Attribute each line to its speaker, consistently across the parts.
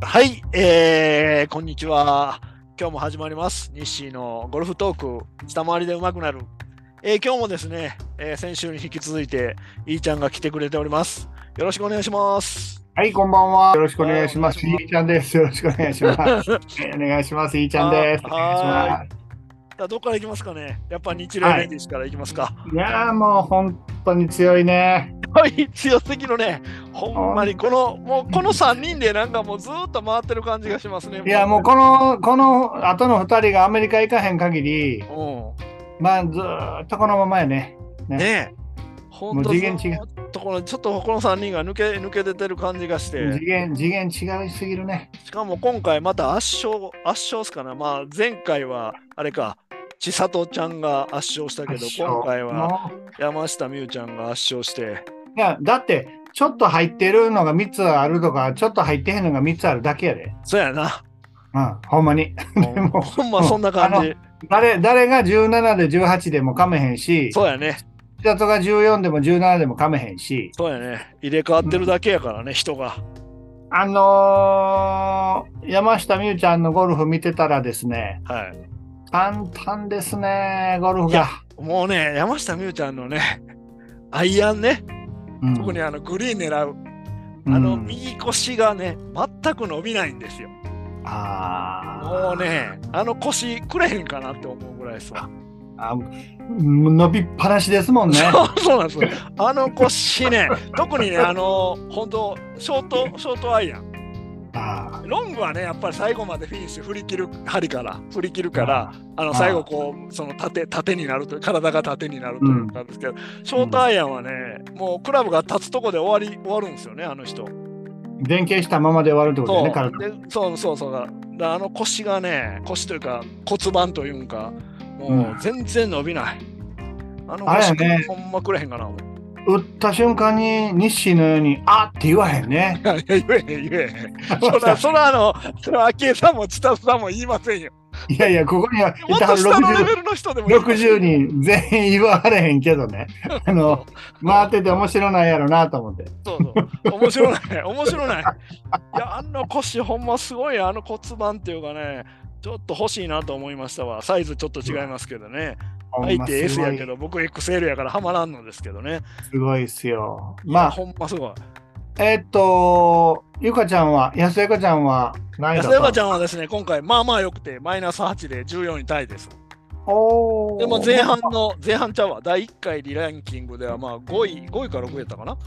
Speaker 1: はい、えー、こんにちは。今日も始まります。日誌のゴルフトーク、下回りで上手くなる。えー、今日もですね、えー、先週に引き続いて、いーちゃんが来てくれております。よろしくお願いします。。
Speaker 2: はい、こんばんは。よろしくお願いします。いーちゃんです。よろしくお願いし ます。お願いします。いーちゃんです。はい
Speaker 1: どこからいきますかねやっぱ日例レンジからいきますか、
Speaker 2: はい、いやもう本当に強いね。
Speaker 1: はい、強すぎるね。ほんまにこのもうこの3人でなんかもうずっと回ってる感じがしますね。
Speaker 2: いやもうこのこの後の2人がアメリカ行かへん限り、まあずっとこのままやね。
Speaker 1: ねね本当次元違う。ところちょっとこの3人が抜け抜け出てる感じがして
Speaker 2: 次元次元違いすぎるね
Speaker 1: しかも今回また圧勝圧勝っすかなまあ前回はあれか千里ちゃんが圧勝したけど今回は山下美宇ちゃんが圧勝して
Speaker 2: いやだってちょっと入ってるのが3つあるとかちょっと入ってへんのが3つあるだけやで
Speaker 1: そうやな
Speaker 2: うんほんまに
Speaker 1: ほんま そんな感じ
Speaker 2: 誰誰が17で18でもかめへんし
Speaker 1: そうやね
Speaker 2: 千里が14でも17でもかめへんし
Speaker 1: そうやね入れ替わってるだけやからね、うん、人が
Speaker 2: あのー、山下美宇ちゃんのゴルフ見てたらですね、
Speaker 1: はい、
Speaker 2: 簡単ですねゴルフが
Speaker 1: もうね山下美宇ちゃんのねアイアンね、うん、特にあのグリーン狙う、うん、あの右腰がね全く伸びないんですよ
Speaker 2: あ
Speaker 1: もうねあの腰くれへんかなって思うぐらいさ
Speaker 2: あ伸びっぱなしですもんね。
Speaker 1: そうなんですよ。あの腰 ね、特にね、あの、本当ショート、ショートアイアン。
Speaker 2: あ
Speaker 1: ロングはね、やっぱり最後までフィニッシュ、振り切る、針から、振り切るから、あの最後、こう、その縦、縦になるという、体が縦になるというかですけど、うん、ショートアイアンはね、もうクラブが立つとこで終わり、終わるんですよね、あの人。
Speaker 2: 前傾したままで終わるってことね、
Speaker 1: 体そうそうそうだ。だあの腰がね、腰というか、骨盤というんか、もう全然伸びない。あの
Speaker 2: あれね、
Speaker 1: ほんまくれへんかな。
Speaker 2: 打った瞬間に日誌のように「あっ!」て言わへんね。
Speaker 1: 言えへん言 えへん。そらそらあのそら昭恵さんも千田さんも言いませんよ。
Speaker 2: いやいやここにはい
Speaker 1: たはる 60,
Speaker 2: 60人全員言われへんけどね。 あの回ってて面白ないやろなと思って。
Speaker 1: そうそう面白 ない面白ない。いやあの腰ほんますごいあの骨盤っていうかねちょっと欲しいなと思いましたわ。サイズちょっと違いますけどね。相手 S やけど、僕 XL やからはまらんのですけどね。
Speaker 2: すごいっすよ。
Speaker 1: まあ、ほんますごい。
Speaker 2: えー、っと、ゆかちゃんは、安江かちゃんは
Speaker 1: 何安江かちゃんはですね、今回、まあまあよくて、マイナス8で14位タイです。
Speaker 2: お
Speaker 1: でも前半の、前半ちゃうわ、第1回リランキングでは、まあ5位、5位から6位やったかな。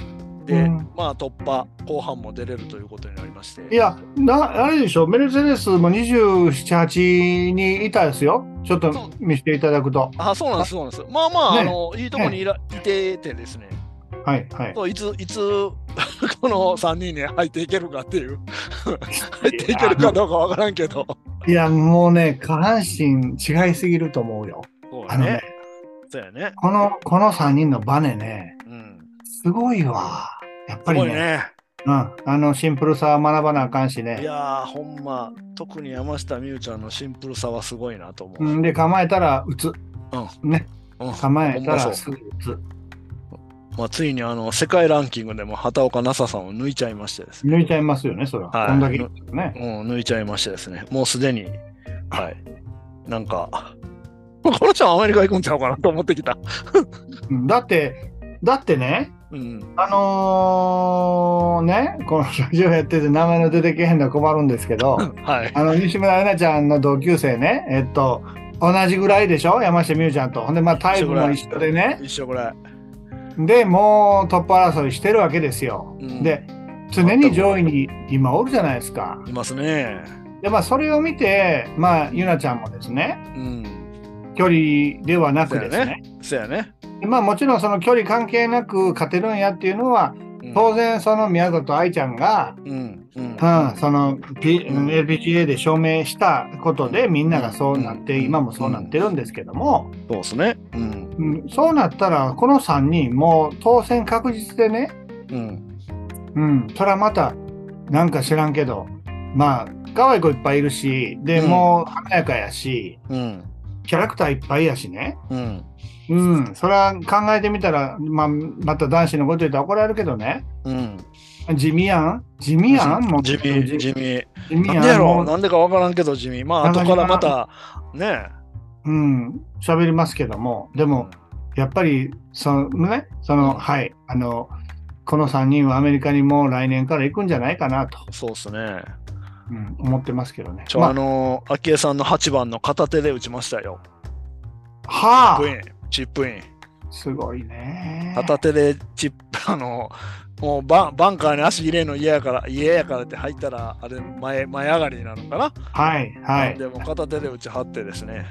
Speaker 1: で、うん、まあ突破後半も出れるということになりまして
Speaker 2: いやなあれでしょメルセデスも278にいたですよちょっと見せていただくと
Speaker 1: あそうなんですそうなんですまあまあ,ね、あのいいとこにいら、ね、いててですね
Speaker 2: はいはい
Speaker 1: といついつ この3人に入っていけるかっていう入っていけるかどうかわからんけど
Speaker 2: いやもうね下半身違いすぎると思うよ
Speaker 1: そうだねねそうやね
Speaker 2: このこの3人のバネね、うん、すごいわ。やっぱりね。ねうん、あのシンプルさは学ばなあかんしね。
Speaker 1: いやほんま、特に山下美宇ちゃんのシンプルさはすごいなと思う。
Speaker 2: うん、で、構えたら打つ。、
Speaker 1: うん
Speaker 2: ね、うん、構えたらすぐ打つ。
Speaker 1: まあ、ついにあの世界ランキングでも畑岡奈紗さんを抜いちゃいましてです
Speaker 2: ね。抜いちゃいますよね、それは。はい、こんだけ、ね、
Speaker 1: うん。抜いちゃいましてですね。もうすでに、はい。なんか、この人はアメリカ行くんちゃうかなと思ってきた。
Speaker 2: だって、だってね、
Speaker 1: うん、
Speaker 2: あのー、ね、このラジオやってて名前の出てけへんのは困るんですけど、
Speaker 1: はい、
Speaker 2: あの西村玲奈ちゃんの同級生ね、えっと、同じぐらいでしょ、山下美宇ちゃんと。ほんで、まあ、タイプも一緒でね。
Speaker 1: 一緒ぐらい。
Speaker 2: でもうトップ争いしてるわけですよ。うん、で、常に上位に今おるじゃないですか。
Speaker 1: いますね。
Speaker 2: で、まあ、それを見て、まあ、ゆなちゃんもですね、
Speaker 1: うん、
Speaker 2: 距離ではなくですね。
Speaker 1: そうやね
Speaker 2: まあ、もちろんその距離関係なく勝てるんやっていうのは、当然その宮里藍ちゃんが、
Speaker 1: うんうん、
Speaker 2: その、P うん、LPGA で証明したことでみんながそうなって、今もそうなってるんですけども、
Speaker 1: そうですね、うん
Speaker 2: そうなったらこの3人もう当選確実でね、
Speaker 1: うん
Speaker 2: うん、それはまたなんか知らんけどまあ可愛い子いっぱいいるしでもう華やかやし、
Speaker 1: うん、
Speaker 2: キャラクターいっぱいやしね。
Speaker 1: うん。
Speaker 2: うん、それは考えてみたら、まあ、また男子のこと言ったら怒られるけどね。
Speaker 1: うん。
Speaker 2: 地味やん地味やんもう
Speaker 1: 地味、地味。
Speaker 2: 地
Speaker 1: な
Speaker 2: 味
Speaker 1: んでや
Speaker 2: やん
Speaker 1: ろ
Speaker 2: も
Speaker 1: う
Speaker 2: う
Speaker 1: なんでかわからんけど、地味。まあ、後からまた、ね
Speaker 2: うん、喋りますけども、でも、やっぱり、そのね、そ
Speaker 1: うん
Speaker 2: の、はい、あの、この3人はアメリカにもう来年から行くんじゃないかなと、
Speaker 1: そうっすね。
Speaker 2: うん、思ってますけどね。
Speaker 1: ちょ、
Speaker 2: まあ
Speaker 1: あのー、昭恵さんの8番の片手で打ちましたよ。チッ
Speaker 2: は
Speaker 1: プイン、チップイン。
Speaker 2: あ、すごいね。
Speaker 1: 片手でチップ、あのー、もうバンバンカーに足入れんの嫌やから、嫌やからって入ったら、あれ前、前上がりになるのかな、
Speaker 2: はい、はい。
Speaker 1: でも片手で打ち張ってですね。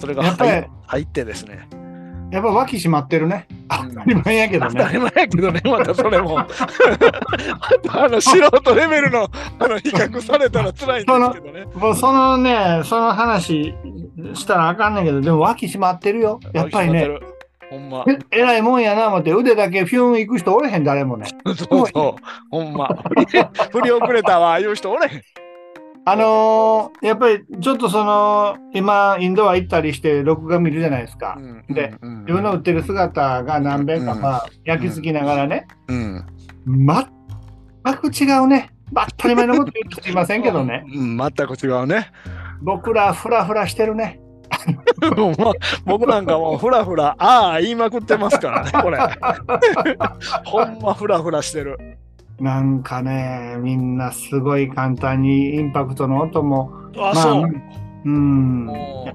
Speaker 1: それが
Speaker 2: やっぱり
Speaker 1: 入入ってですね。
Speaker 2: やっぱ脇締まってるね。あ
Speaker 1: うん
Speaker 2: 当たり前やけど
Speaker 1: 当た
Speaker 2: ね。
Speaker 1: り前やけどね、またそれも。またあの素人レベル のあの比較されたら辛いんですけどね。
Speaker 2: もうそのね、その話したらあかんねんけど、でも脇締まってるよ。やっぱりね。。
Speaker 1: ほんま。
Speaker 2: ええらいもんやな思って腕だけフューン行く人おれへん誰もね。
Speaker 1: そうそう。ほんま。 振り遅れたわ、ああいう人おれへん。
Speaker 2: あのーやっぱりちょっとその今インドア行ったりして録画見るじゃないですか。
Speaker 1: うん
Speaker 2: で、
Speaker 1: うん
Speaker 2: 自分の売ってる姿が何遍かまあ焼き付きながらね、
Speaker 1: うん。
Speaker 2: 全く違うね。当たり前のこと言ってすいませんけどね。
Speaker 1: うん、全く違うね。
Speaker 2: 僕らフラフラしてるね。
Speaker 1: もう僕なんかもうフラフラ、ああ言いまくってますからね、これ。 ほんまフラフラしてる。
Speaker 2: なんかね、みんなすごい簡単にインパクトの音も、
Speaker 1: あ、そう。
Speaker 2: うん、
Speaker 1: も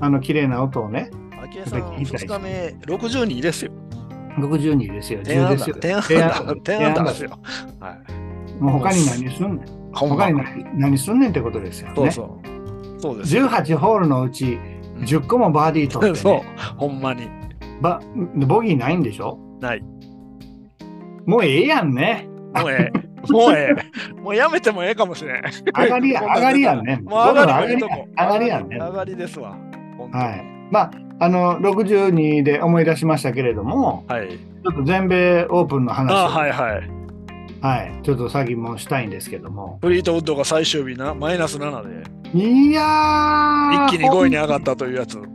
Speaker 2: あの綺麗な音をね、
Speaker 1: う、あきえさん、2日目62ですよ。
Speaker 2: 62ですよ、
Speaker 1: 点
Speaker 2: 10
Speaker 1: 安
Speaker 2: です
Speaker 1: だ
Speaker 2: よ。。
Speaker 1: 点安
Speaker 2: 点
Speaker 1: だ。
Speaker 2: 安
Speaker 1: 点安だですよ。はい。
Speaker 2: もう他に何すんねん。
Speaker 1: ほんま
Speaker 2: 他に何何すんねんってことですよね。
Speaker 1: そうそう。そうですよ。
Speaker 2: 18ホールのうち
Speaker 1: うん
Speaker 2: 10個もバーディー取って、
Speaker 1: そ
Speaker 2: ね
Speaker 1: う。ほんまに。
Speaker 2: ばボギーないんでしょ
Speaker 1: ない。
Speaker 2: もうええやんね。
Speaker 1: もうええ。もうええ。もうやめてもええかもしれん。
Speaker 2: 上がりや
Speaker 1: こん
Speaker 2: 上
Speaker 1: なん
Speaker 2: がりやんね。
Speaker 1: もう上がり
Speaker 2: ど
Speaker 1: や
Speaker 2: ん
Speaker 1: ん
Speaker 2: ど
Speaker 1: と
Speaker 2: ん上が
Speaker 1: こ。
Speaker 2: りや上がりやんね。
Speaker 1: 上がりですわ。
Speaker 2: はい。まあ、あの62で思い出しましたけれども、
Speaker 1: い。はい。
Speaker 2: ちょっと全米オープンの話
Speaker 1: あ
Speaker 2: を
Speaker 1: はいはい。
Speaker 2: はい、ちょっと先もしたいんですけども。
Speaker 1: フリートウッドが最終日なマイナス7で
Speaker 2: いやー
Speaker 1: 一気に5位に上がったというやつ。
Speaker 2: ほん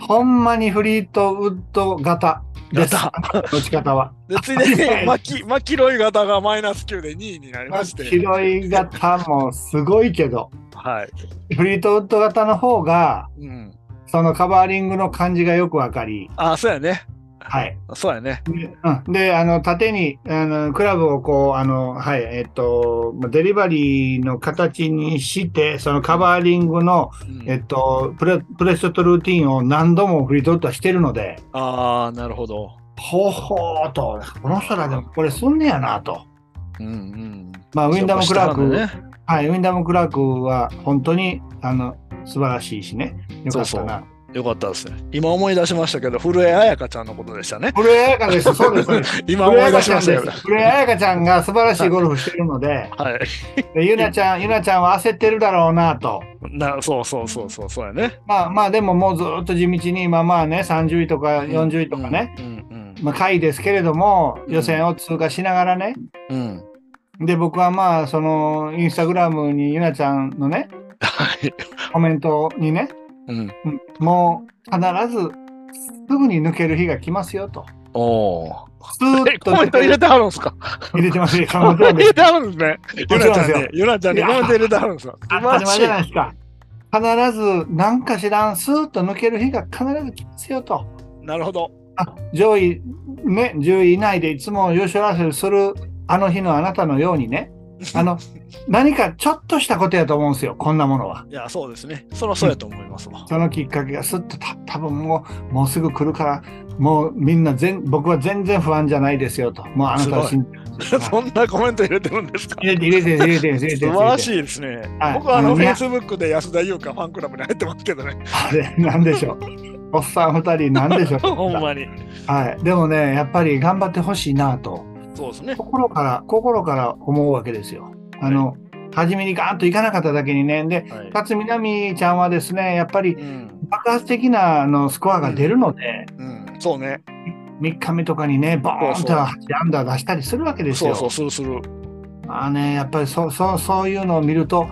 Speaker 2: ほんまにフリートウッド型です。
Speaker 1: 型
Speaker 2: 持ち 方は。
Speaker 1: で、ついでにマキマキロイ型がマイナス9で2位になりまして。
Speaker 2: 白い型もすごいけど、
Speaker 1: はい。
Speaker 2: フリートウッド型の方が、
Speaker 1: うん。
Speaker 2: そのカバーリングの感じがよくわかり、
Speaker 1: あ、そうやね。
Speaker 2: はい。
Speaker 1: そうやね。
Speaker 2: で、うん、であの縦にあのクラブをこう、あのはい、えっと、まあデリバリーの形にして、そのカバーリングの、
Speaker 1: うん
Speaker 2: えっと、プレプレスショットルーティンを何度もフリートウッドはしてるので、
Speaker 1: ああ、なるほど。
Speaker 2: ほうほうと、この人らでもこれすんねやなと。
Speaker 1: うんうん。
Speaker 2: まあ、ウィンダム・クラーク、
Speaker 1: ね。
Speaker 2: はい、ウィンダム・クラークは本当にあの素晴らしいしね、よかっ
Speaker 1: そ
Speaker 2: た
Speaker 1: う
Speaker 2: な。
Speaker 1: よかったですね。今思い出しましたけど、古江彩香ちゃんのことでしたね。
Speaker 2: 古江彩香です、そうです。
Speaker 1: 今
Speaker 2: 古
Speaker 1: 思
Speaker 2: 江
Speaker 1: い
Speaker 2: 彩
Speaker 1: 出
Speaker 2: 香
Speaker 1: し
Speaker 2: ちゃ
Speaker 1: ま
Speaker 2: ん
Speaker 1: した
Speaker 2: で
Speaker 1: よ。
Speaker 2: す。古江彩香ちゃんが素晴らしいゴルフしてる ので、
Speaker 1: はい。
Speaker 2: でゆなちゃん、ゆなちゃんは焦ってるだろうなと。
Speaker 1: なそうそうそうそう、そうやね。
Speaker 2: まあまあ、でももうずっと地道に、まあまあね、30位とか40位とかね、。
Speaker 1: うん
Speaker 2: まあ、下位ですけれども、
Speaker 1: うん
Speaker 2: 予選を通過しながらね。
Speaker 1: うん。うん。
Speaker 2: で、僕はまあ、その、インスタグラムにゆなちゃんのね、
Speaker 1: はい。
Speaker 2: コメントにね、
Speaker 1: うん。
Speaker 2: うんもう必ずすぐに抜ける日が来ますよと。
Speaker 1: おお。
Speaker 2: スー
Speaker 1: え、
Speaker 2: ッと
Speaker 1: コメント入れてはるんですか
Speaker 2: 入れてます よ。
Speaker 1: コメ
Speaker 2: も
Speaker 1: ン
Speaker 2: ち
Speaker 1: ト入
Speaker 2: ろんです
Speaker 1: れてはるんですね。
Speaker 2: も
Speaker 1: ゆ
Speaker 2: ち
Speaker 1: な
Speaker 2: ろ
Speaker 1: ち
Speaker 2: んで
Speaker 1: ゃん
Speaker 2: すよ
Speaker 1: に、ゆなちゃんにコメント入れてはるんですか素
Speaker 2: 当
Speaker 1: 晴ら
Speaker 2: たり
Speaker 1: し
Speaker 2: 前
Speaker 1: い
Speaker 2: じゃないですか。必ず何か知らんスーッと抜ける日が必ず来ますよと。
Speaker 1: なるほど。
Speaker 2: あ上位ね10位以内でいつも優勝争いするあの日のあなたのようにね。あの何かちょっとしたことやと思うんですよ。こんなものは。
Speaker 1: いや、そうですね。そらそうやと思いますわ。
Speaker 2: そのきっかけがすっとた多分もうもうすぐ来るからもうみんな全僕は全然不安じゃないですよともうあなたを信じ て
Speaker 1: そんなコメント入れてるんですか
Speaker 2: 入れて入れて入れて入
Speaker 1: 素
Speaker 2: れて入れて
Speaker 1: 晴らし
Speaker 2: い
Speaker 1: いですね
Speaker 2: は。い
Speaker 1: 僕はあの、
Speaker 2: あの
Speaker 1: フェ
Speaker 2: ね
Speaker 1: イスブックで安田優香ファンクラブに入ってますけど ね。
Speaker 2: あれなんでしょうおっさん二人なん でしょう
Speaker 1: ほんまに。
Speaker 2: はいでもねやっぱり頑張ってほしいなと
Speaker 1: そうですね。
Speaker 2: 心から心から思うわけですよあの、初めにガーンといかなかっただけにねで
Speaker 1: はい
Speaker 2: 勝みなみちゃんはですねやっぱり
Speaker 1: うん。
Speaker 2: 爆発的なあのスコアが出るので、
Speaker 1: うん。そうね。
Speaker 2: 3日目とかにねボーンと
Speaker 1: そうそう
Speaker 2: 8アンダー出したりするわけです
Speaker 1: そ
Speaker 2: よ
Speaker 1: うそう、するする。
Speaker 2: まあねやっぱりそうそうそういうのを見ると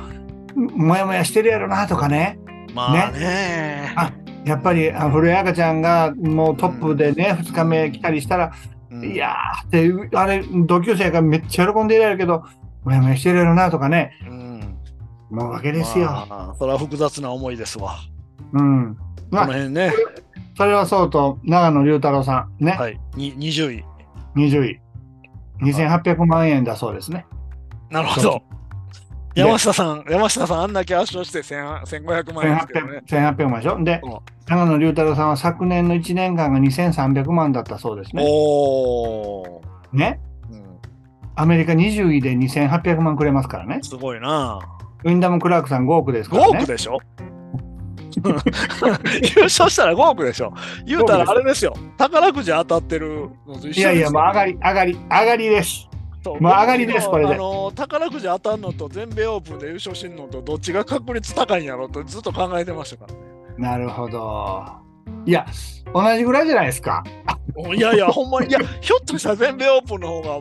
Speaker 2: もやもやしてるやろなとかね
Speaker 1: まあね。
Speaker 2: あやっぱりあ古江赤ちゃんがもうトップでね、2日目来たりしたら、
Speaker 1: うん
Speaker 2: いやーって、あれ、同級生がめっちゃ喜んでいられるけど、もやもやしてるやろなとかね、
Speaker 1: うん
Speaker 2: 思うわけですよ。
Speaker 1: まあそれは複雑な思いですわ。
Speaker 2: うん。まあ
Speaker 1: この辺ね、
Speaker 2: それはそうと、長野龍太郎さん、ね、
Speaker 1: はい、に20位。
Speaker 2: 20位。2800万円だそうですね。
Speaker 1: なるほ
Speaker 2: そう
Speaker 1: ど。山下さん、山下さん、あんだけ圧勝して1000 1500万円ですけどね
Speaker 2: 1800。1800万でしょ。で
Speaker 1: うん、
Speaker 2: 長野龍太郎さんは昨年の1年間が2300万だったそうですね。
Speaker 1: おー、
Speaker 2: ね。
Speaker 1: うん
Speaker 2: アメリカ20位で2800万くれますからね。
Speaker 1: すごいな。
Speaker 2: ウィンダム・クラークさん5億ですから
Speaker 1: 5
Speaker 2: ね
Speaker 1: 億。でしょ 優勝したら5億でしょ言うたらあれですよ。宝くじ当たってるのと一緒です
Speaker 2: い
Speaker 1: よ
Speaker 2: やいや、もう上がり、上がり、上がりです。
Speaker 1: そう
Speaker 2: まあ上がりです
Speaker 1: 僕
Speaker 2: これで
Speaker 1: あの宝くじ当たるのと全米オープンで優勝してんのとどっちが確率高いんやろうとずっと考えてましたから
Speaker 2: なるほど。いや、同じぐらいじゃないですか。
Speaker 1: おいやい や、ほんまに、いや、ひょっとしたら全米オープンの方が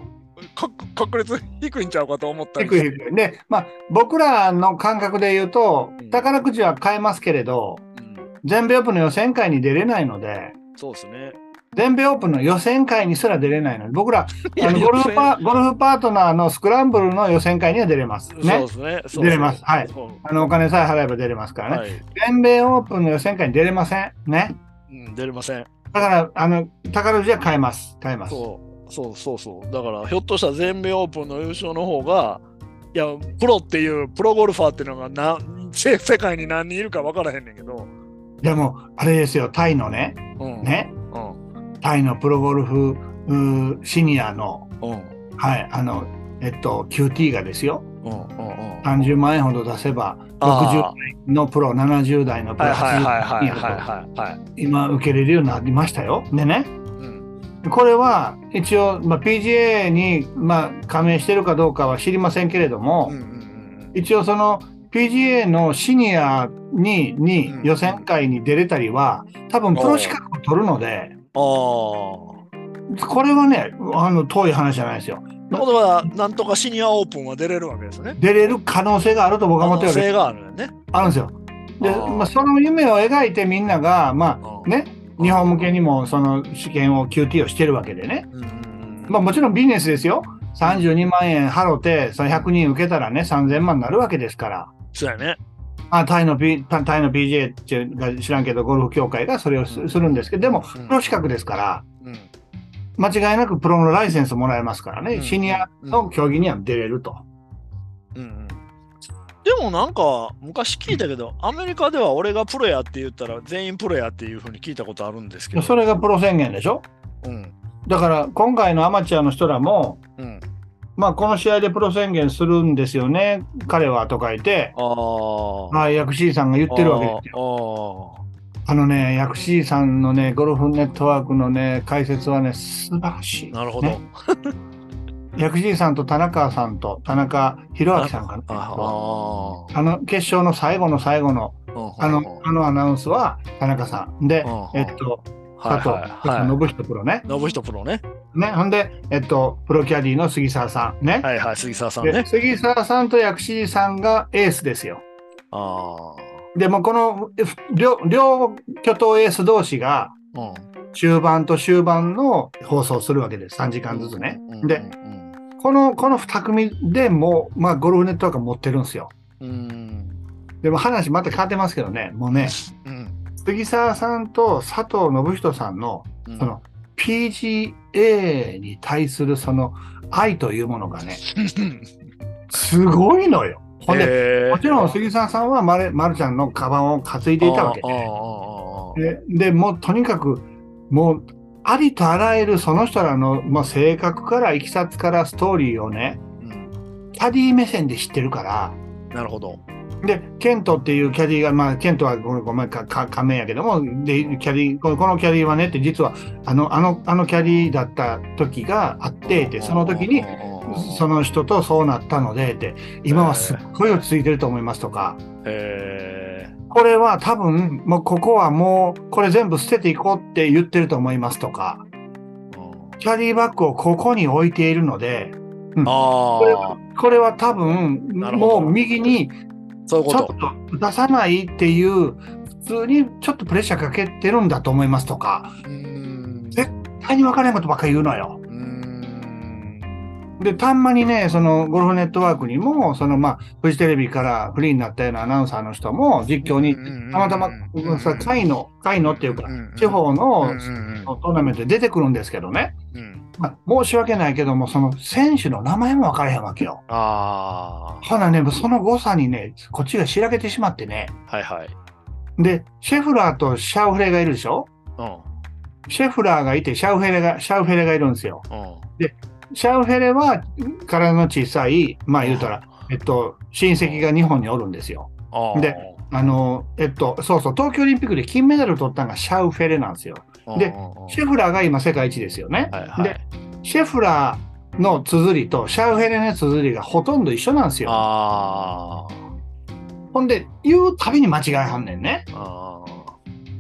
Speaker 1: 確確率低いんちゃうかと思った
Speaker 2: 低
Speaker 1: りして
Speaker 2: い低いで、まあ、僕らの感覚で言うと
Speaker 1: うん、
Speaker 2: 宝くじは買えますけれど、
Speaker 1: うん
Speaker 2: 全米オープンの予選会に出れないので、
Speaker 1: そうですね。
Speaker 2: 全米オープンの予選会にすら出れないので、僕ら、あの
Speaker 1: いや
Speaker 2: ゴルフパゴルフパートナーのスクランブルの予選会には出れます。
Speaker 1: そう
Speaker 2: ね
Speaker 1: で。すね。そうですね
Speaker 2: 出れますはい
Speaker 1: そう
Speaker 2: あのお金さえ払えば出れますからね、
Speaker 1: はい。
Speaker 2: 全米オープンの予選会に出れません。ね。
Speaker 1: うん、出れません。
Speaker 2: だから、あの、宝くじは買えます。買えます。
Speaker 1: そう、そうそうそう。だから、ひょっとしたら全米オープンの優勝の方が、いや、プロっていう、プロゴルファーっていうのがな世世界に何人いるか分からへんねんけど。
Speaker 2: でも、あれですよ、タイのね、
Speaker 1: うん。。
Speaker 2: ね、
Speaker 1: うん。
Speaker 2: タイのプロゴルフうーシニアの、
Speaker 1: うん。
Speaker 2: はい、あの、えっと、QT がですよ、
Speaker 1: うん。うん。うん。
Speaker 2: 30万円ほど出せば、60
Speaker 1: あ
Speaker 2: 代のプロ、70代の
Speaker 1: ー
Speaker 2: プ
Speaker 1: は
Speaker 2: ロ、
Speaker 1: いはい
Speaker 2: 80
Speaker 1: はいはい
Speaker 2: 代のシニア
Speaker 1: はい
Speaker 2: と
Speaker 1: はいはい。
Speaker 2: 今、受けれるようになりましたよ。でね、
Speaker 1: うん。
Speaker 2: これは一応、まあ、PGA に、まあ、加盟してるかどうかは知りませんけれども、
Speaker 1: うんうんうん
Speaker 2: 一応その PGA のシニアにに
Speaker 1: うん
Speaker 2: 予選会に出れたりは多分プロ資格を取るので
Speaker 1: ああ。
Speaker 2: これはねあの遠い話じゃないですよ
Speaker 1: ってことは、なんとかシニアオープンは出れるわけですね。
Speaker 2: 出れる可能性があると僕は思ってるわ
Speaker 1: 可能性
Speaker 2: け
Speaker 1: があるよね。
Speaker 2: あるんですよで
Speaker 1: あー
Speaker 2: まあ、その夢を描いてみんながま
Speaker 1: う
Speaker 2: あ
Speaker 1: ん
Speaker 2: ね日本向けにもその試験を QT をしてるわけでね
Speaker 1: うんうんうん
Speaker 2: まあもちろんビジネスですよ32万円払ってその100人受けたらね3000万になるわけですから
Speaker 1: そうやね。
Speaker 2: あタイの、P、タイの PGA っていうか知らんけど、ゴルフ協会がそれを
Speaker 1: う
Speaker 2: す
Speaker 1: ん
Speaker 2: するんですけど、でも、
Speaker 1: うん
Speaker 2: プロ資格ですから、
Speaker 1: うん
Speaker 2: 間違いなくプロのライセンスもらえますから
Speaker 1: う
Speaker 2: ね、
Speaker 1: ん
Speaker 2: シニアの競技には出れると。
Speaker 1: うんうんでもなんか昔聞いたけど、アメリカでは俺がプロやって言ったら全員プロやっていうふうに聞いたことあるんですけど。
Speaker 2: それがプロ宣言でしょ
Speaker 1: うん
Speaker 2: だから、今回のアマチュアの人らも、
Speaker 1: うん、
Speaker 2: まあ、この試合でプロ宣言するんですよね、彼はと書いて、
Speaker 1: ああ。
Speaker 2: まあ、薬師さんが言ってるわけですよ。
Speaker 1: よ。
Speaker 2: あのね、薬師さんのね、ゴルフネットワークのね、解説はね、素晴らしい。
Speaker 1: なるほど。
Speaker 2: ね薬師さんと田中さんと、田中宏明さんかな。
Speaker 1: ああ。
Speaker 2: あの決勝の最後の最後のあ
Speaker 1: うん
Speaker 2: のあのアナウンスは田中さんで、
Speaker 1: うん
Speaker 2: えっと、
Speaker 1: は
Speaker 2: 佐
Speaker 1: い
Speaker 2: 藤
Speaker 1: はい
Speaker 2: 佐
Speaker 1: は
Speaker 2: 藤信人プロね
Speaker 1: い。信人プロね。
Speaker 2: ね、ほんで、えっと、プロキャディの杉沢さんね。
Speaker 1: はいはい、杉沢さん
Speaker 2: で
Speaker 1: ね。
Speaker 2: 杉沢さんと薬師さんがエースですよ。
Speaker 1: あ
Speaker 2: でもうこのえふ両両巨頭エース同士が
Speaker 1: あ。うん
Speaker 2: 中盤と終盤の放送するわけです3時間ずつね。
Speaker 1: うんうん
Speaker 2: でこのこの2組でもう、まあ、ゴルフネットワーク持ってるんですよ。
Speaker 1: うんうん。
Speaker 2: でも話また変わってますけどねもうね
Speaker 1: うん。
Speaker 2: 杉沢さんと佐藤信人さんの
Speaker 1: うん
Speaker 2: その PGA に対するその愛というものがね、すごいのよ。ほんで、
Speaker 1: へー
Speaker 2: もちろん杉沢さんはまるまるちゃんのカバンを担いでいたわけ
Speaker 1: あーあーあーあー
Speaker 2: でで、もうとにかく、もうありとあらゆるその人らの、まあ、性格からいきさつからストーリーをね、
Speaker 1: うん
Speaker 2: キャディー目線で知ってるから、
Speaker 1: なるほど。
Speaker 2: で、ケントっていうキャディーが、まあ、ケントはごめん、ごめん、か、か、仮名やけども、で、キャディー、このこのキャディーはねって、実は、あの、あの、あのキャディーだった時があって、で、その時に、そ
Speaker 1: の、
Speaker 2: の人とそうなったのでって今はすっごい落ち着いてると思いますとか
Speaker 1: え
Speaker 2: これは多分もうここはもうこれ全部捨てていこうって言ってると思いますとかキャディーバッグをここに置いているので
Speaker 1: あ
Speaker 2: これ
Speaker 1: あ
Speaker 2: は、これは多分
Speaker 1: なるほど
Speaker 2: もう右に
Speaker 1: そういう
Speaker 2: ち
Speaker 1: こ
Speaker 2: ょっ
Speaker 1: と。
Speaker 2: と出さないっていう普通にちょっとプレッシャーかけてるんだと思いますとか、
Speaker 1: うん
Speaker 2: 絶対に分からないことばっかり言うのよ。で、たんまにね、そのゴルフネットワークにも、そのまあ、フジテレビからフリーになったようなアナウンサーの人も、実況に、たまたま、さ、会の、会のっていうか、地方の
Speaker 1: うんうん
Speaker 2: トーナメントで出てくるんですけどね、
Speaker 1: うん
Speaker 2: まあ、申し訳ないけども、その選手の名前も分からへんわけよ。
Speaker 1: あ
Speaker 2: ほなね、もうその誤差にね、こっちがしらけてしまってね。
Speaker 1: あ、はいはい。
Speaker 2: で、シェフラーとシャウフレがいるでしょ
Speaker 1: う
Speaker 2: シェフラーがいて、シャウフレが、シャウフェレがいるんですよ。
Speaker 1: ん、うん。
Speaker 2: シャウフェレは、体の小さい、まあ言うたら、えっと、親戚が日本におるんですよ。
Speaker 1: あー、
Speaker 2: であの、えっと、そうそう、東京オリンピックで金メダルを取ったのがシャウフェレなんですよ。
Speaker 1: うん、
Speaker 2: で
Speaker 1: うん
Speaker 2: シェフラーが今世界一ですよね。
Speaker 1: はいはい、
Speaker 2: でシェフラーの綴りとシャウフェレの綴りがほとんど一緒なんですよ。
Speaker 1: あ
Speaker 2: ほんで、言うたびに間違いはんねんね。
Speaker 1: ーあ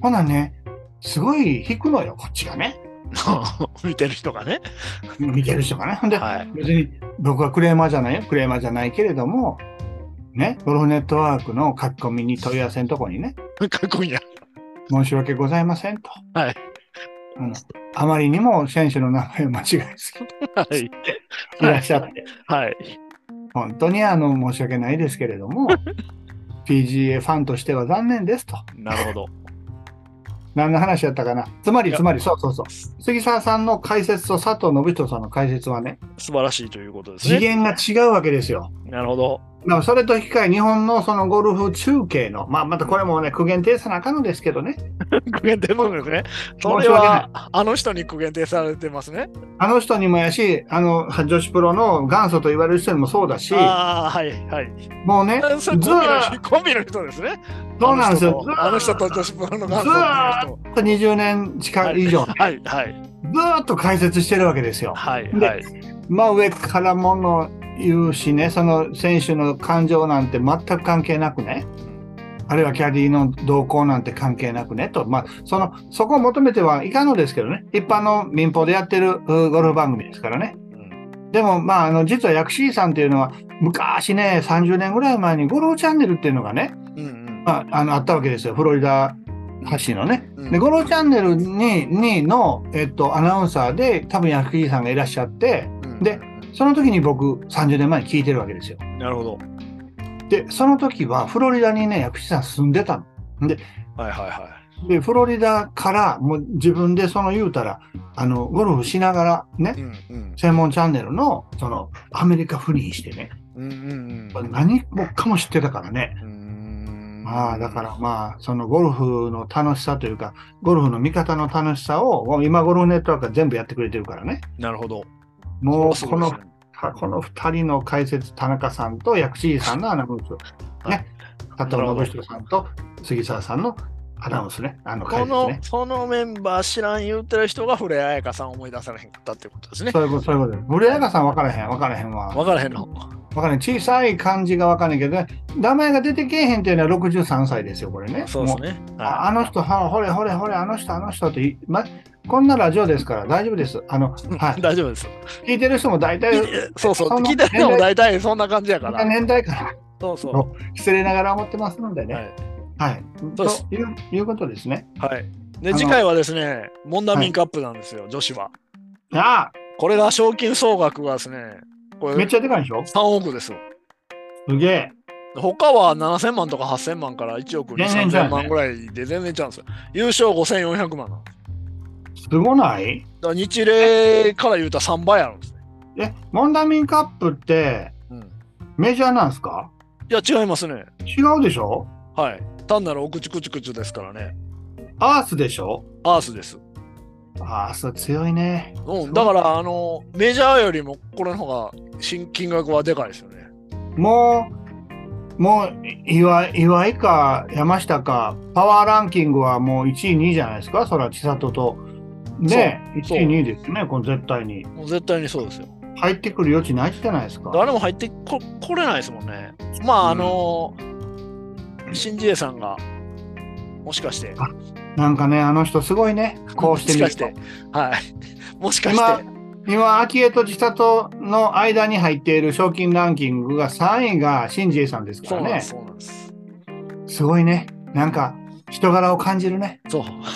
Speaker 2: ほなね、すごい引くのよ、こっちがね。
Speaker 1: ー、 見てる人がね。
Speaker 2: 見てる人がね。ほんで、
Speaker 1: はい。
Speaker 2: 別に僕はクレーマーじゃないよ。クレーマーじゃないけれども、ね、ゴルフネットワークの書き込みに問い合わせのとこにね、
Speaker 1: かっこいいや。
Speaker 2: 申し訳ございませんと。
Speaker 1: はい。
Speaker 2: あのあまりにも選手の名前を間違えすぎて
Speaker 1: はい。
Speaker 2: いらっしゃって、
Speaker 1: はい。
Speaker 2: 本当にあの申し訳ないですけれど も、PGA ファンとしては残念ですと。
Speaker 1: なるほど。
Speaker 2: 何の話やったかな。つま
Speaker 1: い
Speaker 2: り、
Speaker 1: や
Speaker 2: つまり、そうそうそう。杉沢さんの解説と佐藤信人さんの解説はね、
Speaker 1: 素晴らしいということです
Speaker 2: 次
Speaker 1: ね。
Speaker 2: 元が違うわけですよ。
Speaker 1: なるほど。
Speaker 2: まあ、それと引き換え、日本のそのゴルフ中継の、まあ、またこれもね、苦言呈さなあかんのですけどね、
Speaker 1: 苦言呈文ですね。それ
Speaker 2: 申し訳ない
Speaker 1: は、あの人に苦言呈されてますね。
Speaker 2: あの人にもやし、あの、女子プロの元祖と言われる人にもそうだし、
Speaker 1: ああ、はい、はい。
Speaker 2: もうね、ず
Speaker 1: それコンビの
Speaker 2: ーっ
Speaker 1: 人 コンビの人ですね。
Speaker 2: と、そうなんですよ、ず
Speaker 1: あの
Speaker 2: ー
Speaker 1: 人
Speaker 2: っ
Speaker 1: と女子プロの元祖の人。
Speaker 2: と20年近い以上、
Speaker 1: はい、はい、
Speaker 2: ずーっと解説してるわけですよ。
Speaker 1: はい、
Speaker 2: で
Speaker 1: はい。
Speaker 2: まあ、上からもの言うしね、その選手の感情なんて全く関係なくね、あるいはキャディーの動向なんて関係なくねと、まあ、そのそこを求めてはいかんのですけどね、一般の民放でやってるうゴルフ番組ですからね。
Speaker 1: うん
Speaker 2: でも、まあ、あの実は薬師寺さんっていうのは、昔ね、30年ぐらい前にゴルフチャンネルっていうのがね、
Speaker 1: うん
Speaker 2: まあ、あのあったわけですよ、フロリダ発のね。
Speaker 1: うん
Speaker 2: で、ゴルフチャンネルににの、えっと、アナウンサーで、多分薬師寺さんがいらっしゃって、で、その時に僕、30年前に聞いてるわけですよ。
Speaker 1: なるほど。
Speaker 2: で、その時はフロリダにね、薬師さん住んでたの。で、
Speaker 1: はい、はい、は
Speaker 2: でフロリダから、もう自分でその言うたら、あの、ゴルフしながら
Speaker 1: い。
Speaker 2: ね、
Speaker 1: ん、うん、
Speaker 2: 専門チャンネルの、その、アメリカ赴任してね、
Speaker 1: うん、うん
Speaker 2: 何もかも知ってたからね。
Speaker 1: うん。
Speaker 2: まあ、だからまあ、そのゴルフの楽しさというか、ゴルフの見方の楽しさを、もう今ゴルフネットワークが全部やってくれてるからね。
Speaker 1: なるほど。
Speaker 2: もう、こ
Speaker 1: そう
Speaker 2: の
Speaker 1: ですね
Speaker 2: かこの2人の解説、田中さんと薬師寺さんのアナウンス、
Speaker 1: はい
Speaker 2: ね、佐藤信人さんと杉沢さんのアナウンスね、あの解
Speaker 1: こ
Speaker 2: 説
Speaker 1: の
Speaker 2: ね。
Speaker 1: そのメンバー知らん言うてる人が古谷彩香さんを思い出されへんかったってことですね。
Speaker 2: そういうこと、そういうことです。ブレアガさん分からへん、分からへんわ。分
Speaker 1: わからへんの。
Speaker 2: からへん。小さい漢字が分からへんけどね、名前が出てけえへんっていうのは63歳ですよ、これね。
Speaker 1: そうです
Speaker 2: も
Speaker 1: ね。
Speaker 2: うあ
Speaker 1: は、
Speaker 2: あの人、はほれほれほれ、あの人、あの人ってい、ま、こんなラジオですから大丈夫です。あの、はい
Speaker 1: 大丈夫です。
Speaker 2: い、聞いてる人も大体、
Speaker 1: そうそう。
Speaker 2: その
Speaker 1: 聞いた人も大体そんな感じやか
Speaker 2: こんな
Speaker 1: ら。
Speaker 2: 年代から
Speaker 1: そうそう。
Speaker 2: の失礼ながら思ってますのでね。
Speaker 1: は
Speaker 2: はい。
Speaker 1: い。そうです
Speaker 2: といういうことですね。
Speaker 1: はい、
Speaker 2: あ
Speaker 1: で、
Speaker 2: の
Speaker 1: 次回はですね、モンダミンカップなんですよ、女子は。
Speaker 2: あ
Speaker 1: これが賞金総額がですね、こ
Speaker 2: あ、めっ
Speaker 1: れ
Speaker 2: ちゃでかいでしょ
Speaker 1: 3億ですよ。
Speaker 2: すげえ。
Speaker 1: 他は7000万とか8000万から1億2、
Speaker 2: 全然ちゃう
Speaker 1: 3000
Speaker 2: ね
Speaker 1: 万ぐらいで全然ちゃうんですよ。優勝5400万なんです。
Speaker 2: すごない
Speaker 1: だから日例から言うたら3倍あるんですね。
Speaker 2: え、モンダミンカップって
Speaker 1: うん
Speaker 2: メジャーなんですか
Speaker 1: いや、違いますね。
Speaker 2: 違うでしょ
Speaker 1: はい。単なるお口くちくちですからね。
Speaker 2: アースでしょ
Speaker 1: アースです。
Speaker 2: アースは強いね。
Speaker 1: うん、だから、あの、メジャーよりもこれの方が新金額はでかいですよね。
Speaker 2: もう、もう岩井岩井か山下か、パワーランキングはもう1位、2位じゃないですか、それは千里と。ね、
Speaker 1: そう
Speaker 2: 1位、2位ですね、これ絶対に。
Speaker 1: もう絶対にそうですよ。
Speaker 2: 入ってくる余地ないじゃないですか。
Speaker 1: 誰も入ってこ来れないですもんね。まあ、あの、新次衛さんが、もしかして、
Speaker 2: なんかね、あの人すごいね、こうしてみ
Speaker 1: もしか
Speaker 2: る
Speaker 1: し
Speaker 2: と
Speaker 1: て。、はい。もしかして、
Speaker 2: 今、昭恵と千里の間に入っている賞金ランキングが3位が新次さんですか
Speaker 1: そう
Speaker 2: ら
Speaker 1: なんで
Speaker 2: ね
Speaker 1: す、。そうなんです。
Speaker 2: すごいね。なんか、人柄を感じるね。
Speaker 1: そう。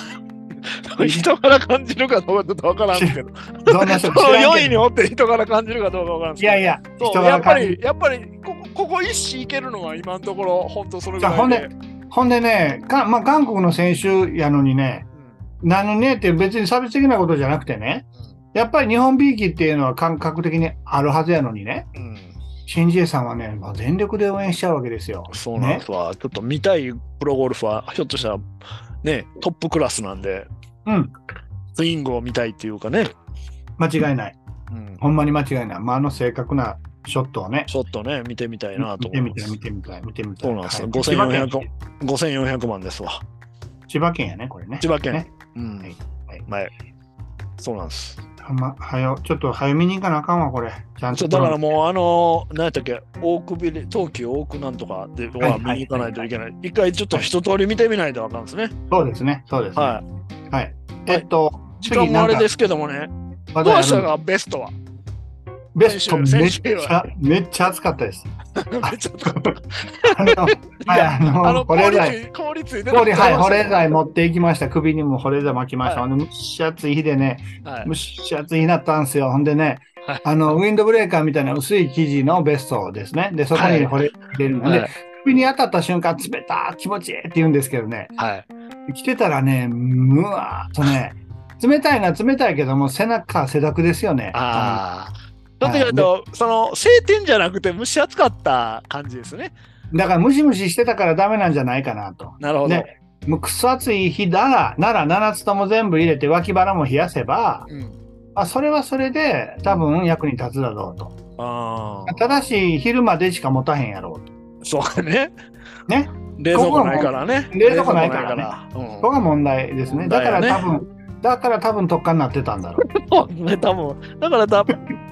Speaker 1: 人から感じるかどうかちょっとわからんけど、
Speaker 2: どんな
Speaker 1: そ
Speaker 2: 人
Speaker 1: の
Speaker 2: 知ら
Speaker 1: 4
Speaker 2: んけ
Speaker 1: 位におって人から感じるかどうかわからん
Speaker 2: ど
Speaker 1: け
Speaker 2: い
Speaker 1: ど
Speaker 2: やいや、人
Speaker 1: そうや
Speaker 2: 柄
Speaker 1: っぱ
Speaker 2: 感じ
Speaker 1: り
Speaker 2: る。、
Speaker 1: やっぱりここここ一子いけるのは今のところ、本当それぐらいで。
Speaker 2: じゃあほんでほんでね、かまあ、韓国の選手やのにね、なのにねって別に差別的なことじゃなくてね、やっぱり日本びいきっていうのは感覚的にあるはずやのにね、
Speaker 1: うんうん
Speaker 2: 新ジエさんはね、まあ、全力で応援しちゃうわけですよ。
Speaker 1: そうなんですわ、ちょっと見たいプロゴルファー、ひょっとしたら、ね、トップクラスなんで、
Speaker 2: うん、
Speaker 1: スイングを見たいっていうかね、
Speaker 2: 間違いない。
Speaker 1: うん、
Speaker 2: ほんまに間違いない。まあ、あの正確なショットをね、
Speaker 1: ちょっとね、見てみたいなと
Speaker 2: 見
Speaker 1: 思いま
Speaker 2: てみたい、
Speaker 1: す
Speaker 2: 見。てみたい、見てみたい。
Speaker 1: そうなんですよ
Speaker 2: はい
Speaker 1: 5400
Speaker 2: 千葉県
Speaker 1: 5400万ですわ、
Speaker 2: 千葉県やね、これね。
Speaker 1: 千葉県。
Speaker 2: ね
Speaker 1: うん
Speaker 2: はいはい
Speaker 1: はいそうなんです。
Speaker 2: ほんま、はよ、ちょっと早めに行かなあかんわ、これ。ちゃん
Speaker 1: ちょ
Speaker 2: と。
Speaker 1: だからもう、あの、何やったっけ、大久ビレ、東急大久なんとかで
Speaker 2: いは
Speaker 1: はい見に行かないといけない。一回ちょっと一通り見てみないとわかんですね。
Speaker 2: そうですね、そうですね。
Speaker 1: は
Speaker 2: えっと、
Speaker 1: い。時間もあれですけどもね、
Speaker 2: 話
Speaker 1: ど
Speaker 2: 題あ
Speaker 1: う
Speaker 2: る
Speaker 1: したがベストは
Speaker 2: ベスト、めっ
Speaker 1: 先週
Speaker 2: ちゃ、めっちゃ暑かっ たです。
Speaker 1: ちょっと
Speaker 2: あの、はい、あ
Speaker 1: あ
Speaker 2: の、
Speaker 1: の、
Speaker 2: 保
Speaker 1: 氷
Speaker 2: 冷
Speaker 1: つ
Speaker 2: 剤。
Speaker 1: い、氷ついて
Speaker 2: 氷、はい、保冷
Speaker 1: れ
Speaker 2: 剤持っていきました。首にも保冷剤巻きました。
Speaker 1: は
Speaker 2: あの、蒸し暑い日でね、
Speaker 1: はい
Speaker 2: 蒸。し暑い日になったんですよ。ほんでね
Speaker 1: はい、
Speaker 2: あの、ウィンドブレーカーみたいな薄い生地のベストですね。で、そこに保冷入れるので、
Speaker 1: はい
Speaker 2: 首に当たった瞬間、冷たー気持ちいいって言うんですけどね、
Speaker 1: はい。
Speaker 2: 着てたらね、むわーっとね、冷たいな、冷たいけども、背中、汗だくですよね。
Speaker 1: ああ。どっちかというと、その、晴天じゃなくて蒸し暑かった感じですね。
Speaker 2: だから、ムシムシしてたからダメなんじゃないかなと。
Speaker 1: なるほど。
Speaker 2: ね、もうくそ暑い日なら、なら7つとも全部入れて脇腹も冷やせば、
Speaker 1: うん。
Speaker 2: まあ、それはそれで多分役に立つだろうと。
Speaker 1: ああ。
Speaker 2: ただし、昼までしか持たへんやろうと。
Speaker 1: そうかね。
Speaker 2: ね。
Speaker 1: 冷蔵庫ないからね。
Speaker 2: 冷蔵庫ないからね
Speaker 1: 冷蔵庫ないか
Speaker 2: そこが問題ですね。だから
Speaker 1: だよ
Speaker 2: 多
Speaker 1: ね
Speaker 2: 分、だから多分特化になってたんだろう。
Speaker 1: ら。うん。ね、多分。だから、だ、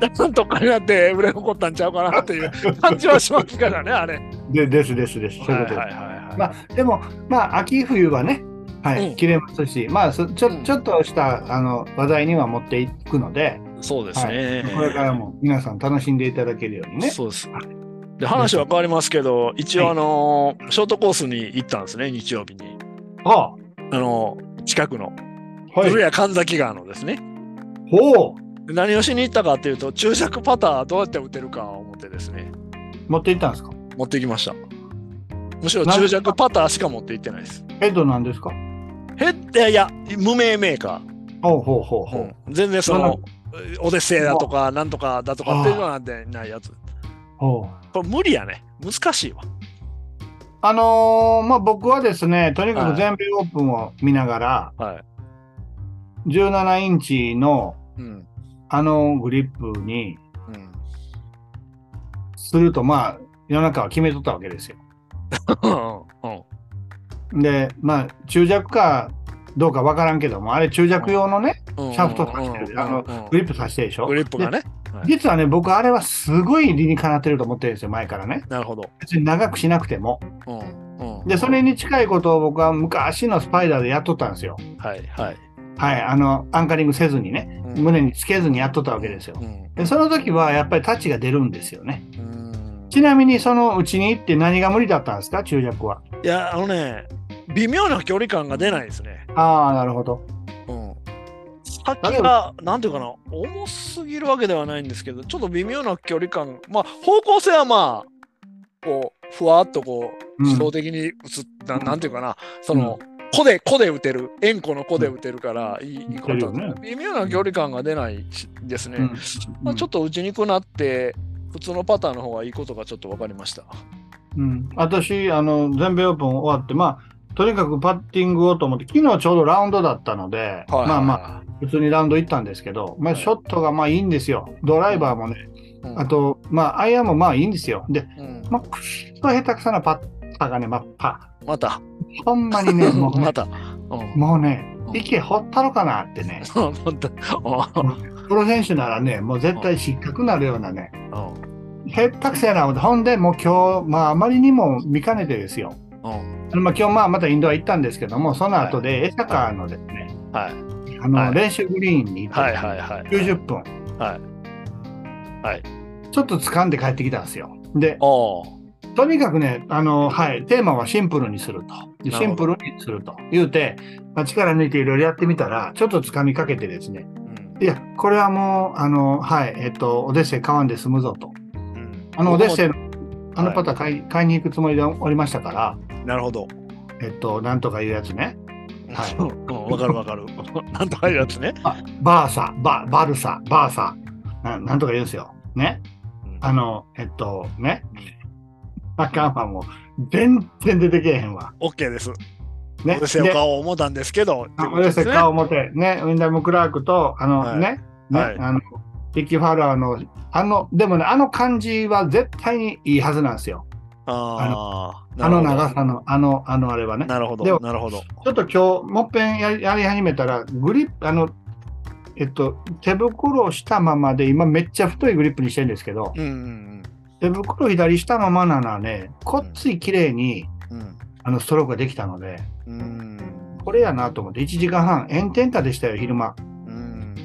Speaker 1: だんとっかになって売れ残ったんちゃうかなっていう感じはしますからね、あれ。
Speaker 2: でですですです。そういうことです。
Speaker 1: はいはいはい
Speaker 2: まあ、でも、まあ、秋冬はね、は
Speaker 1: う
Speaker 2: い、
Speaker 1: ん
Speaker 2: 切れますし、まあ、そちょ
Speaker 1: うん
Speaker 2: ちょっとしたあの話題には持っていくので、
Speaker 1: そうですね。
Speaker 2: これからも皆さん楽しんでいただけるようにね。
Speaker 1: そうです。で話は変わりますけど、一応、あのーショートコースに行ったんですね、日曜日に。
Speaker 2: あ
Speaker 1: あのー近くの、
Speaker 2: は
Speaker 1: 古谷神崎川のですね。
Speaker 2: ほう
Speaker 1: で何をしに行ったかっていうと、注釈パターどうやって打てるかを思ってですね、
Speaker 2: 持っていったんですか
Speaker 1: 持ってきました。むしろ
Speaker 2: なん
Speaker 1: 注釈パターしか持って行ってないです。
Speaker 2: ヘッドなんですか
Speaker 1: ヘッいやいや、無名メーカ
Speaker 2: ほうほうほう
Speaker 1: ー。
Speaker 2: ほう。
Speaker 1: 全然そ
Speaker 2: なん
Speaker 1: の、オデッセイだとか、なんとかだとかっていうのなんてないやつ。
Speaker 2: ほう
Speaker 1: これ無理やね。難しいわ。
Speaker 2: あのーまあ、僕はですね、とにか
Speaker 1: はい
Speaker 2: く全米オープンを見ながら、
Speaker 1: はい。
Speaker 2: 17インチの
Speaker 1: うん。
Speaker 2: あのグリップに
Speaker 1: うん、
Speaker 2: すると、まあ、世の中は決めとったわけですよ。
Speaker 1: うん。
Speaker 2: で、まあ、中弱かどうかわからんけども、あれ、中弱用のね、
Speaker 1: うん
Speaker 2: シャフトさしてる、あのグ
Speaker 1: グリ
Speaker 2: リップさしてるでしょ。
Speaker 1: ップが
Speaker 2: で
Speaker 1: ね。はい
Speaker 2: 実はね、僕、あれはすごい理にかなってると思ってるんですよ、前からね。
Speaker 1: なるほど。
Speaker 2: 別に長くしなくても。
Speaker 1: うん。うん
Speaker 2: で、それに近いことを僕は昔のスパイダーでやっとったんですよ。
Speaker 1: はいはい。
Speaker 2: はい、あの、アンカリングせずにね。胸につけずにやっとったわけですよ
Speaker 1: う。ん。
Speaker 2: でその時はやっぱりタッチが出るんですよね。
Speaker 1: うん
Speaker 2: ちなみにそのうちに行って何が無理だったんですか、中弱は。
Speaker 1: いや、あのね、微妙な距離感が出ないですね。
Speaker 2: ああ、なるほど。
Speaker 1: うん。先が、なんていうかな、重すぎるわけではないんですけど、ちょっと微妙な距離感、まあ、方向性はまあ、こう、ふわっとこう、
Speaker 2: うん
Speaker 1: 自動的に打つ、ななんていうかな、その、個で、個で打てる、円弧の個で打てるから、いい、いいことなんですけど微妙な距離感が出ないしですね。まあ、ちょっ
Speaker 2: と、
Speaker 1: と打ちにくくなって、普通のパターンの方がいいことがちょっと分かりました。
Speaker 2: うん、私あの、全米オープン終わって、まあ、とにかくパッティングをと思って、昨日ちょうどラウンドだったので、まあまあ、
Speaker 1: あ、
Speaker 2: 普通にラウンド行ったんですけど、まあ、
Speaker 1: はい
Speaker 2: ショットがまあいいんですよ。ドライバーもね、
Speaker 1: うん
Speaker 2: あ、と、まあ、アイアンもまあいいんですよ。で、
Speaker 1: うん
Speaker 2: まあ、くっそ下手くそなパッターがね、まあ、パ
Speaker 1: また、
Speaker 2: ーほんま にね、もうね
Speaker 1: また、うん
Speaker 2: もうね
Speaker 1: う、ん
Speaker 2: 池掘ったろかなってね、
Speaker 1: そうまたうん
Speaker 2: プロ選手ならね、もう絶対失格になるようなね、
Speaker 1: うん
Speaker 2: へったくせやな思って、ほんで、もう今日、まあ、あまりにも見かねてですよ、
Speaker 1: うん
Speaker 2: まあ、今日、まあ、またインドア行ったんですけども、その後で、江坂のですね、
Speaker 1: はい
Speaker 2: あの
Speaker 1: はい
Speaker 2: 練習グリーンに行って、
Speaker 1: はいはいはい。
Speaker 2: 90分、
Speaker 1: はいはい
Speaker 2: ちょっと掴んで帰ってきたんですよ。で、
Speaker 1: おお。
Speaker 2: とにかくねあの、はい、テーマはシンプルにすると。シンプルにすると。言うて、まあ、力抜いていろいろやってみたら、ちょっとつかみかけてですね、うん、いや、これはもう、あの、はい、えっと、オデッセイ買わんで済むぞと。うん、あの、オデッセイの、あのパター買い,はい、買いに行くつもりでおりましたから、
Speaker 1: なるほど。
Speaker 2: えっと、なんとかいうやつね。
Speaker 1: はい。わかるわかる。 なんとかいうやつね。
Speaker 2: バーサ、ババルサ、バーサな、なんとか言うんですよ。ね。あの、えっと、ね。あかんわ、もう。全然出てけへんわ。
Speaker 1: OK です。ね。オデ顔を思ったんですけど。
Speaker 2: オデセオ顔を思って、ね。ウィンダム・クラークと、あの、はい、ね。ね、はい、あの、リッキー・ファーラーの、あの、でもね、あの感じは絶対にいいはずなんですよ。ああの長さの、あの、あのあれはね。
Speaker 1: なるほど、なるほど。
Speaker 2: ちょっと今日、もっぺんやりやり始めたら、グリップ、あの、えっと、手袋をしたままで、今めっちゃ太いグリップにしてるんですけど、うんうん、手袋左したままならね、こっつい綺麗に、うん、あのストロークができたので、うん、これやなと思って、1時間半、炎天下でしたよ、昼間。うん、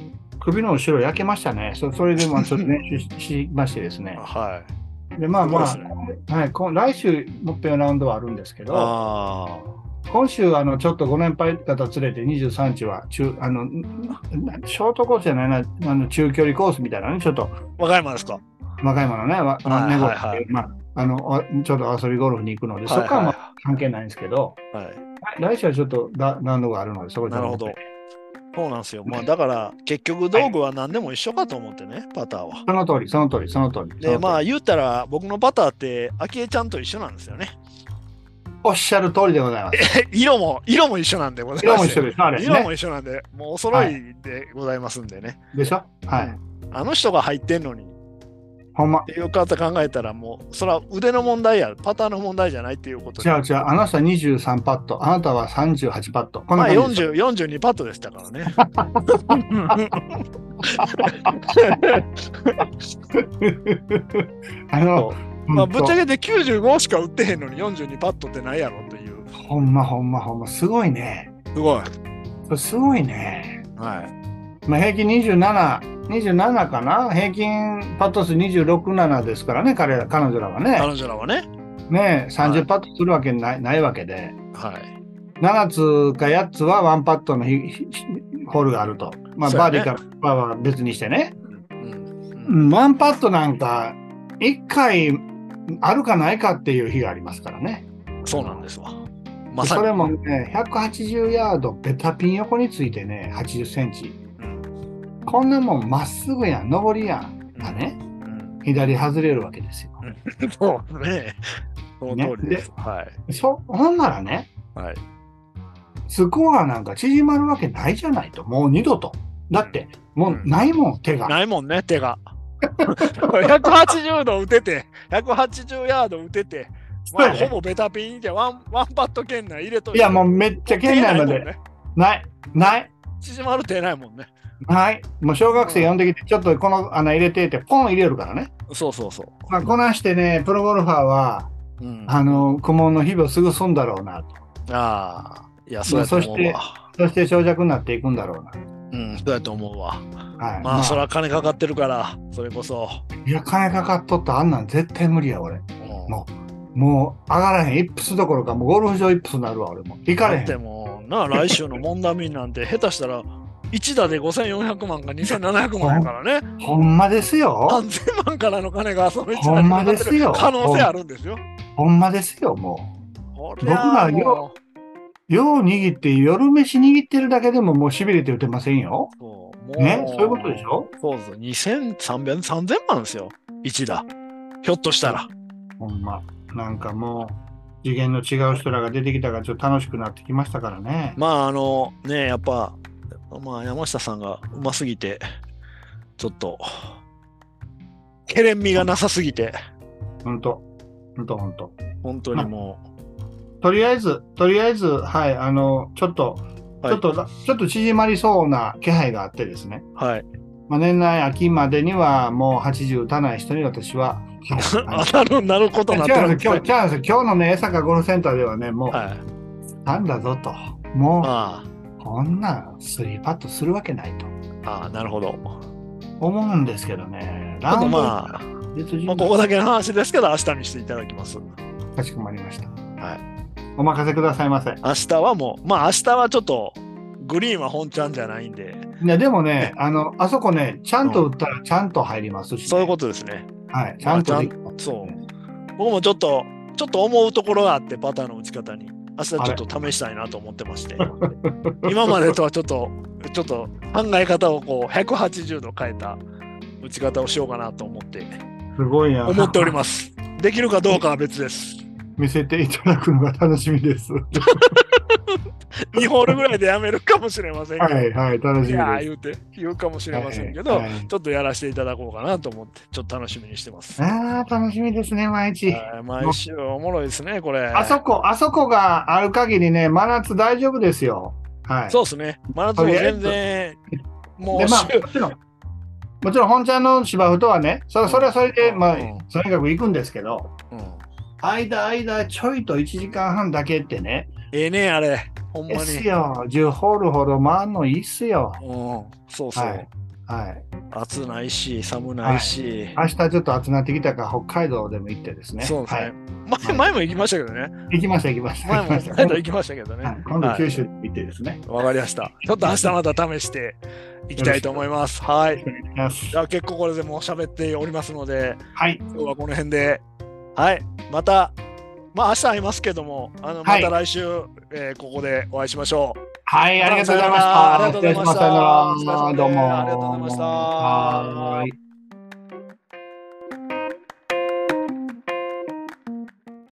Speaker 2: 首の後ろ焼けましたね。それで もちょっと練習しましてですね。
Speaker 1: はい。
Speaker 2: でまあまあ、ね、はい、来週もっぺんラウンドはあるんですけど今週あのちょっとご年配方連れて23日は中あのショートコースじゃないなあの中距離コースみたいなねちょっと
Speaker 1: 若いものですか
Speaker 2: 若いものね、はいはいはいまあ、あのちょっと遊びゴルフに行くので、はいはい、そこはまあ関係ないんですけど、はい、来週はちょっとララウンドがあるのでそこ
Speaker 1: でなるほどそうなんですよ。まあだから結局道具は何でも一緒かと思ってね、はい、パターは。
Speaker 2: その通り、その通り、その通り。
Speaker 1: で、まあ言うたら僕のパターって、あきえちゃんと一緒なんですよね。
Speaker 2: おっしゃる通りでございます。。
Speaker 1: 色も、色も一緒なんでございます
Speaker 2: 色も一緒です。
Speaker 1: ね、色も一緒なんで、もうお揃いでございますんでね。
Speaker 2: はい、でしょはい。
Speaker 1: あの人が入ってんのに。
Speaker 2: ほんま。
Speaker 1: っていう方考えたら、もう、それは腕の問題や、パターの問題じゃないっていうこと
Speaker 2: 違う違う、あなたは23パット、あなたは38パット。
Speaker 1: このまあ40、42パットでしたからね。
Speaker 2: あの、
Speaker 1: まあ、ぶっちゃけて95しか打ってへんのに42パットってないやろっていう。
Speaker 2: ほんまほんまほんま、すごいね。
Speaker 1: すごい。
Speaker 2: それすごいね。
Speaker 1: はい。
Speaker 2: まあ、平均27、27かな、平均パット数26、7ですからね、彼ら彼女らはね。
Speaker 1: 彼女らはね。
Speaker 2: ね30パットするわけない,はい、ないわけで、
Speaker 1: はい、
Speaker 2: 7つか8つはワンパットのホールがあると、まあ、ね、バーディーかパーは別にしてね、うん、うん、ワンパットなんか1回あるかないかっていう日がありますからね。
Speaker 1: そうなんですわ。
Speaker 2: ま、それもね、180ヤード、ベタピン横についてね、80センチ。こんなもんまっすぐやん、上りやん、がね、うん、左外れるわけですよ。、
Speaker 1: そうね。その通りです。ね、ではい
Speaker 2: そほんならね、
Speaker 1: はい、
Speaker 2: スコアなんか縮まるわけないじゃないと、もう二度と。だって、もうないもん、うん、手が。
Speaker 1: ないもんね、手が。180度打てて、180ヤード打てて、まあ、ほぼベタピンじゃワンワンパット圏内入れと
Speaker 2: いや、もうめっちゃ圏内まで。ない,ね、ない、ない。
Speaker 1: 縮まる手ないもんね。
Speaker 2: はい。もう小学生呼んできて、ちょっとこの穴入れてって、ポン入れるからね。
Speaker 1: そうそうそう。
Speaker 2: まあ、こなしてね、プロゴルファーは、うん、あの、苦悶の日々をすぐ済んだろうな
Speaker 1: と。ああ、いや、そうや
Speaker 2: と思うわ。そして、そして長尺になっていくんだろうな。
Speaker 1: うん、そうやと思うわ。はい、まあ、まあ、それは金かかってるから、それこそ。
Speaker 2: いや、金かかっとったあんなん絶対無理や、俺。もう。もう上がらへん、イップスどころか、もうゴルフ場イップスになるわ、俺も。行かれへん。
Speaker 1: でもな、来週のモンダミンなんて、下手したら、1打で5400万か2700万やからね。
Speaker 2: ほんまですよ。
Speaker 1: 何千万からの金がその1
Speaker 2: 打でかかってる
Speaker 1: 可能性あるんですよ。
Speaker 2: ほんまですよ、もう。僕らよ、よう握って、夜飯握ってるだけでももうしびれて打てませんよ。そうね、そういうことでしょ
Speaker 1: そうです。2300、3000万ですよ、1打。ひょっとしたら。
Speaker 2: ほんま、なんかもう。次元の違う人らが出てきたからちょっと楽しくなってきましたからね。
Speaker 1: まああのねやっぱまあ、山下さんがうますぎて、ちょっと、けれんみがなさすぎて。
Speaker 2: ほんと、ほんと、ほんと。
Speaker 1: 本当にも
Speaker 2: う、とりあえず、とりあえず、はい、あの、ちょっと、はい、ちょっと、ちょっと縮まりそうな気配があってですね。
Speaker 1: はい。
Speaker 2: まあ、年内秋までにはもう80打たない人に私は。
Speaker 1: 当たるなることなってるん
Speaker 2: です今日、今日のね、江坂ゴルフセンターではね、もう、はい、なんだぞと。もう、ああこんなスリーパットするわけないと。
Speaker 1: ああ、なるほど。
Speaker 2: 思うんですけどね。
Speaker 1: ラウンド、まあ、
Speaker 2: 別人
Speaker 1: まあ、ここだけの話ですけど、明日にしていただきます。
Speaker 2: かしこまりました。
Speaker 1: はい。
Speaker 2: お任せくださいませ。
Speaker 1: 明日はもう、まあ明日はちょっと、グリーンは本ちゃんじゃないんで、
Speaker 2: いや、でもね、あの、あそこね、ちゃんと打ったらちゃんと入りますし、
Speaker 1: そういうことですね。
Speaker 2: と。はい、ちゃんとできます。
Speaker 1: そう。僕もちょっと、ちょっと思うところがあって、パターの打ち方に。明日ちょっと試したいなと思ってまして、今までとはちょっと、ちょっと考え方をこう、180度変えた打ち方をしようかなと思って、
Speaker 2: すごいな。
Speaker 1: 思っております。できるかどうかは別です。
Speaker 2: 見せていただくのが楽し みです。は
Speaker 1: 2ホールぐらいでやめるかもしれませんけど、
Speaker 2: い、 はい、楽
Speaker 1: い
Speaker 2: しみです。
Speaker 1: やー言うて、言うかもしれませんけど、
Speaker 2: はいはい
Speaker 1: ちょっとやらせていただこうかなと思って、ちょっと楽しみにしてます。
Speaker 2: ああ、楽しみですね、毎日。
Speaker 1: はい毎週おもろいですね、これ。
Speaker 2: あそこ、あそこがある限りね、真夏大丈夫ですよ。はい。
Speaker 1: そうですね。真夏も全然、も
Speaker 2: で
Speaker 1: う、
Speaker 2: まあ、もちろん、もちろん本ちゃんの芝生とはね、それそれはそれで、まあ
Speaker 1: うん、
Speaker 2: とにかく行くんですけど、
Speaker 1: うん
Speaker 2: 間、間、ちょいと1時間半だけってね、
Speaker 1: ええねあれ。ほん
Speaker 2: で
Speaker 1: まに
Speaker 2: す。よ、10ホールほど回るのいいっすよ。
Speaker 1: うん、そうそう、
Speaker 2: はいはい。
Speaker 1: 暑ないし、寒ないし。
Speaker 2: 明日ちょっと暑なってきたから、北海道でも行ってですね。
Speaker 1: そうですね、
Speaker 2: はい
Speaker 1: 前。前も行きましたけど ね。
Speaker 2: 行きました、行きました。
Speaker 1: 前も
Speaker 2: 行きました
Speaker 1: 北海道行きましたけどね。
Speaker 2: は
Speaker 1: わ
Speaker 2: い、、今度九州行ってですね。
Speaker 1: かりました。ちょっと明日また試していきたいと思います。はい。
Speaker 2: お願いします
Speaker 1: じゃあ結構これでもう喋っておりますので、
Speaker 2: はい。
Speaker 1: 今日はこの辺で。はい。また、まあ明日会いますけども、あのま
Speaker 2: はい
Speaker 1: た来週、えーここでお会いしましょう。
Speaker 2: はい、ありがとうございまし
Speaker 1: あ
Speaker 2: た。
Speaker 1: りがとうございました
Speaker 2: 失礼しましたどうも。
Speaker 1: お疲れ様ですありがとうございました
Speaker 2: はーい。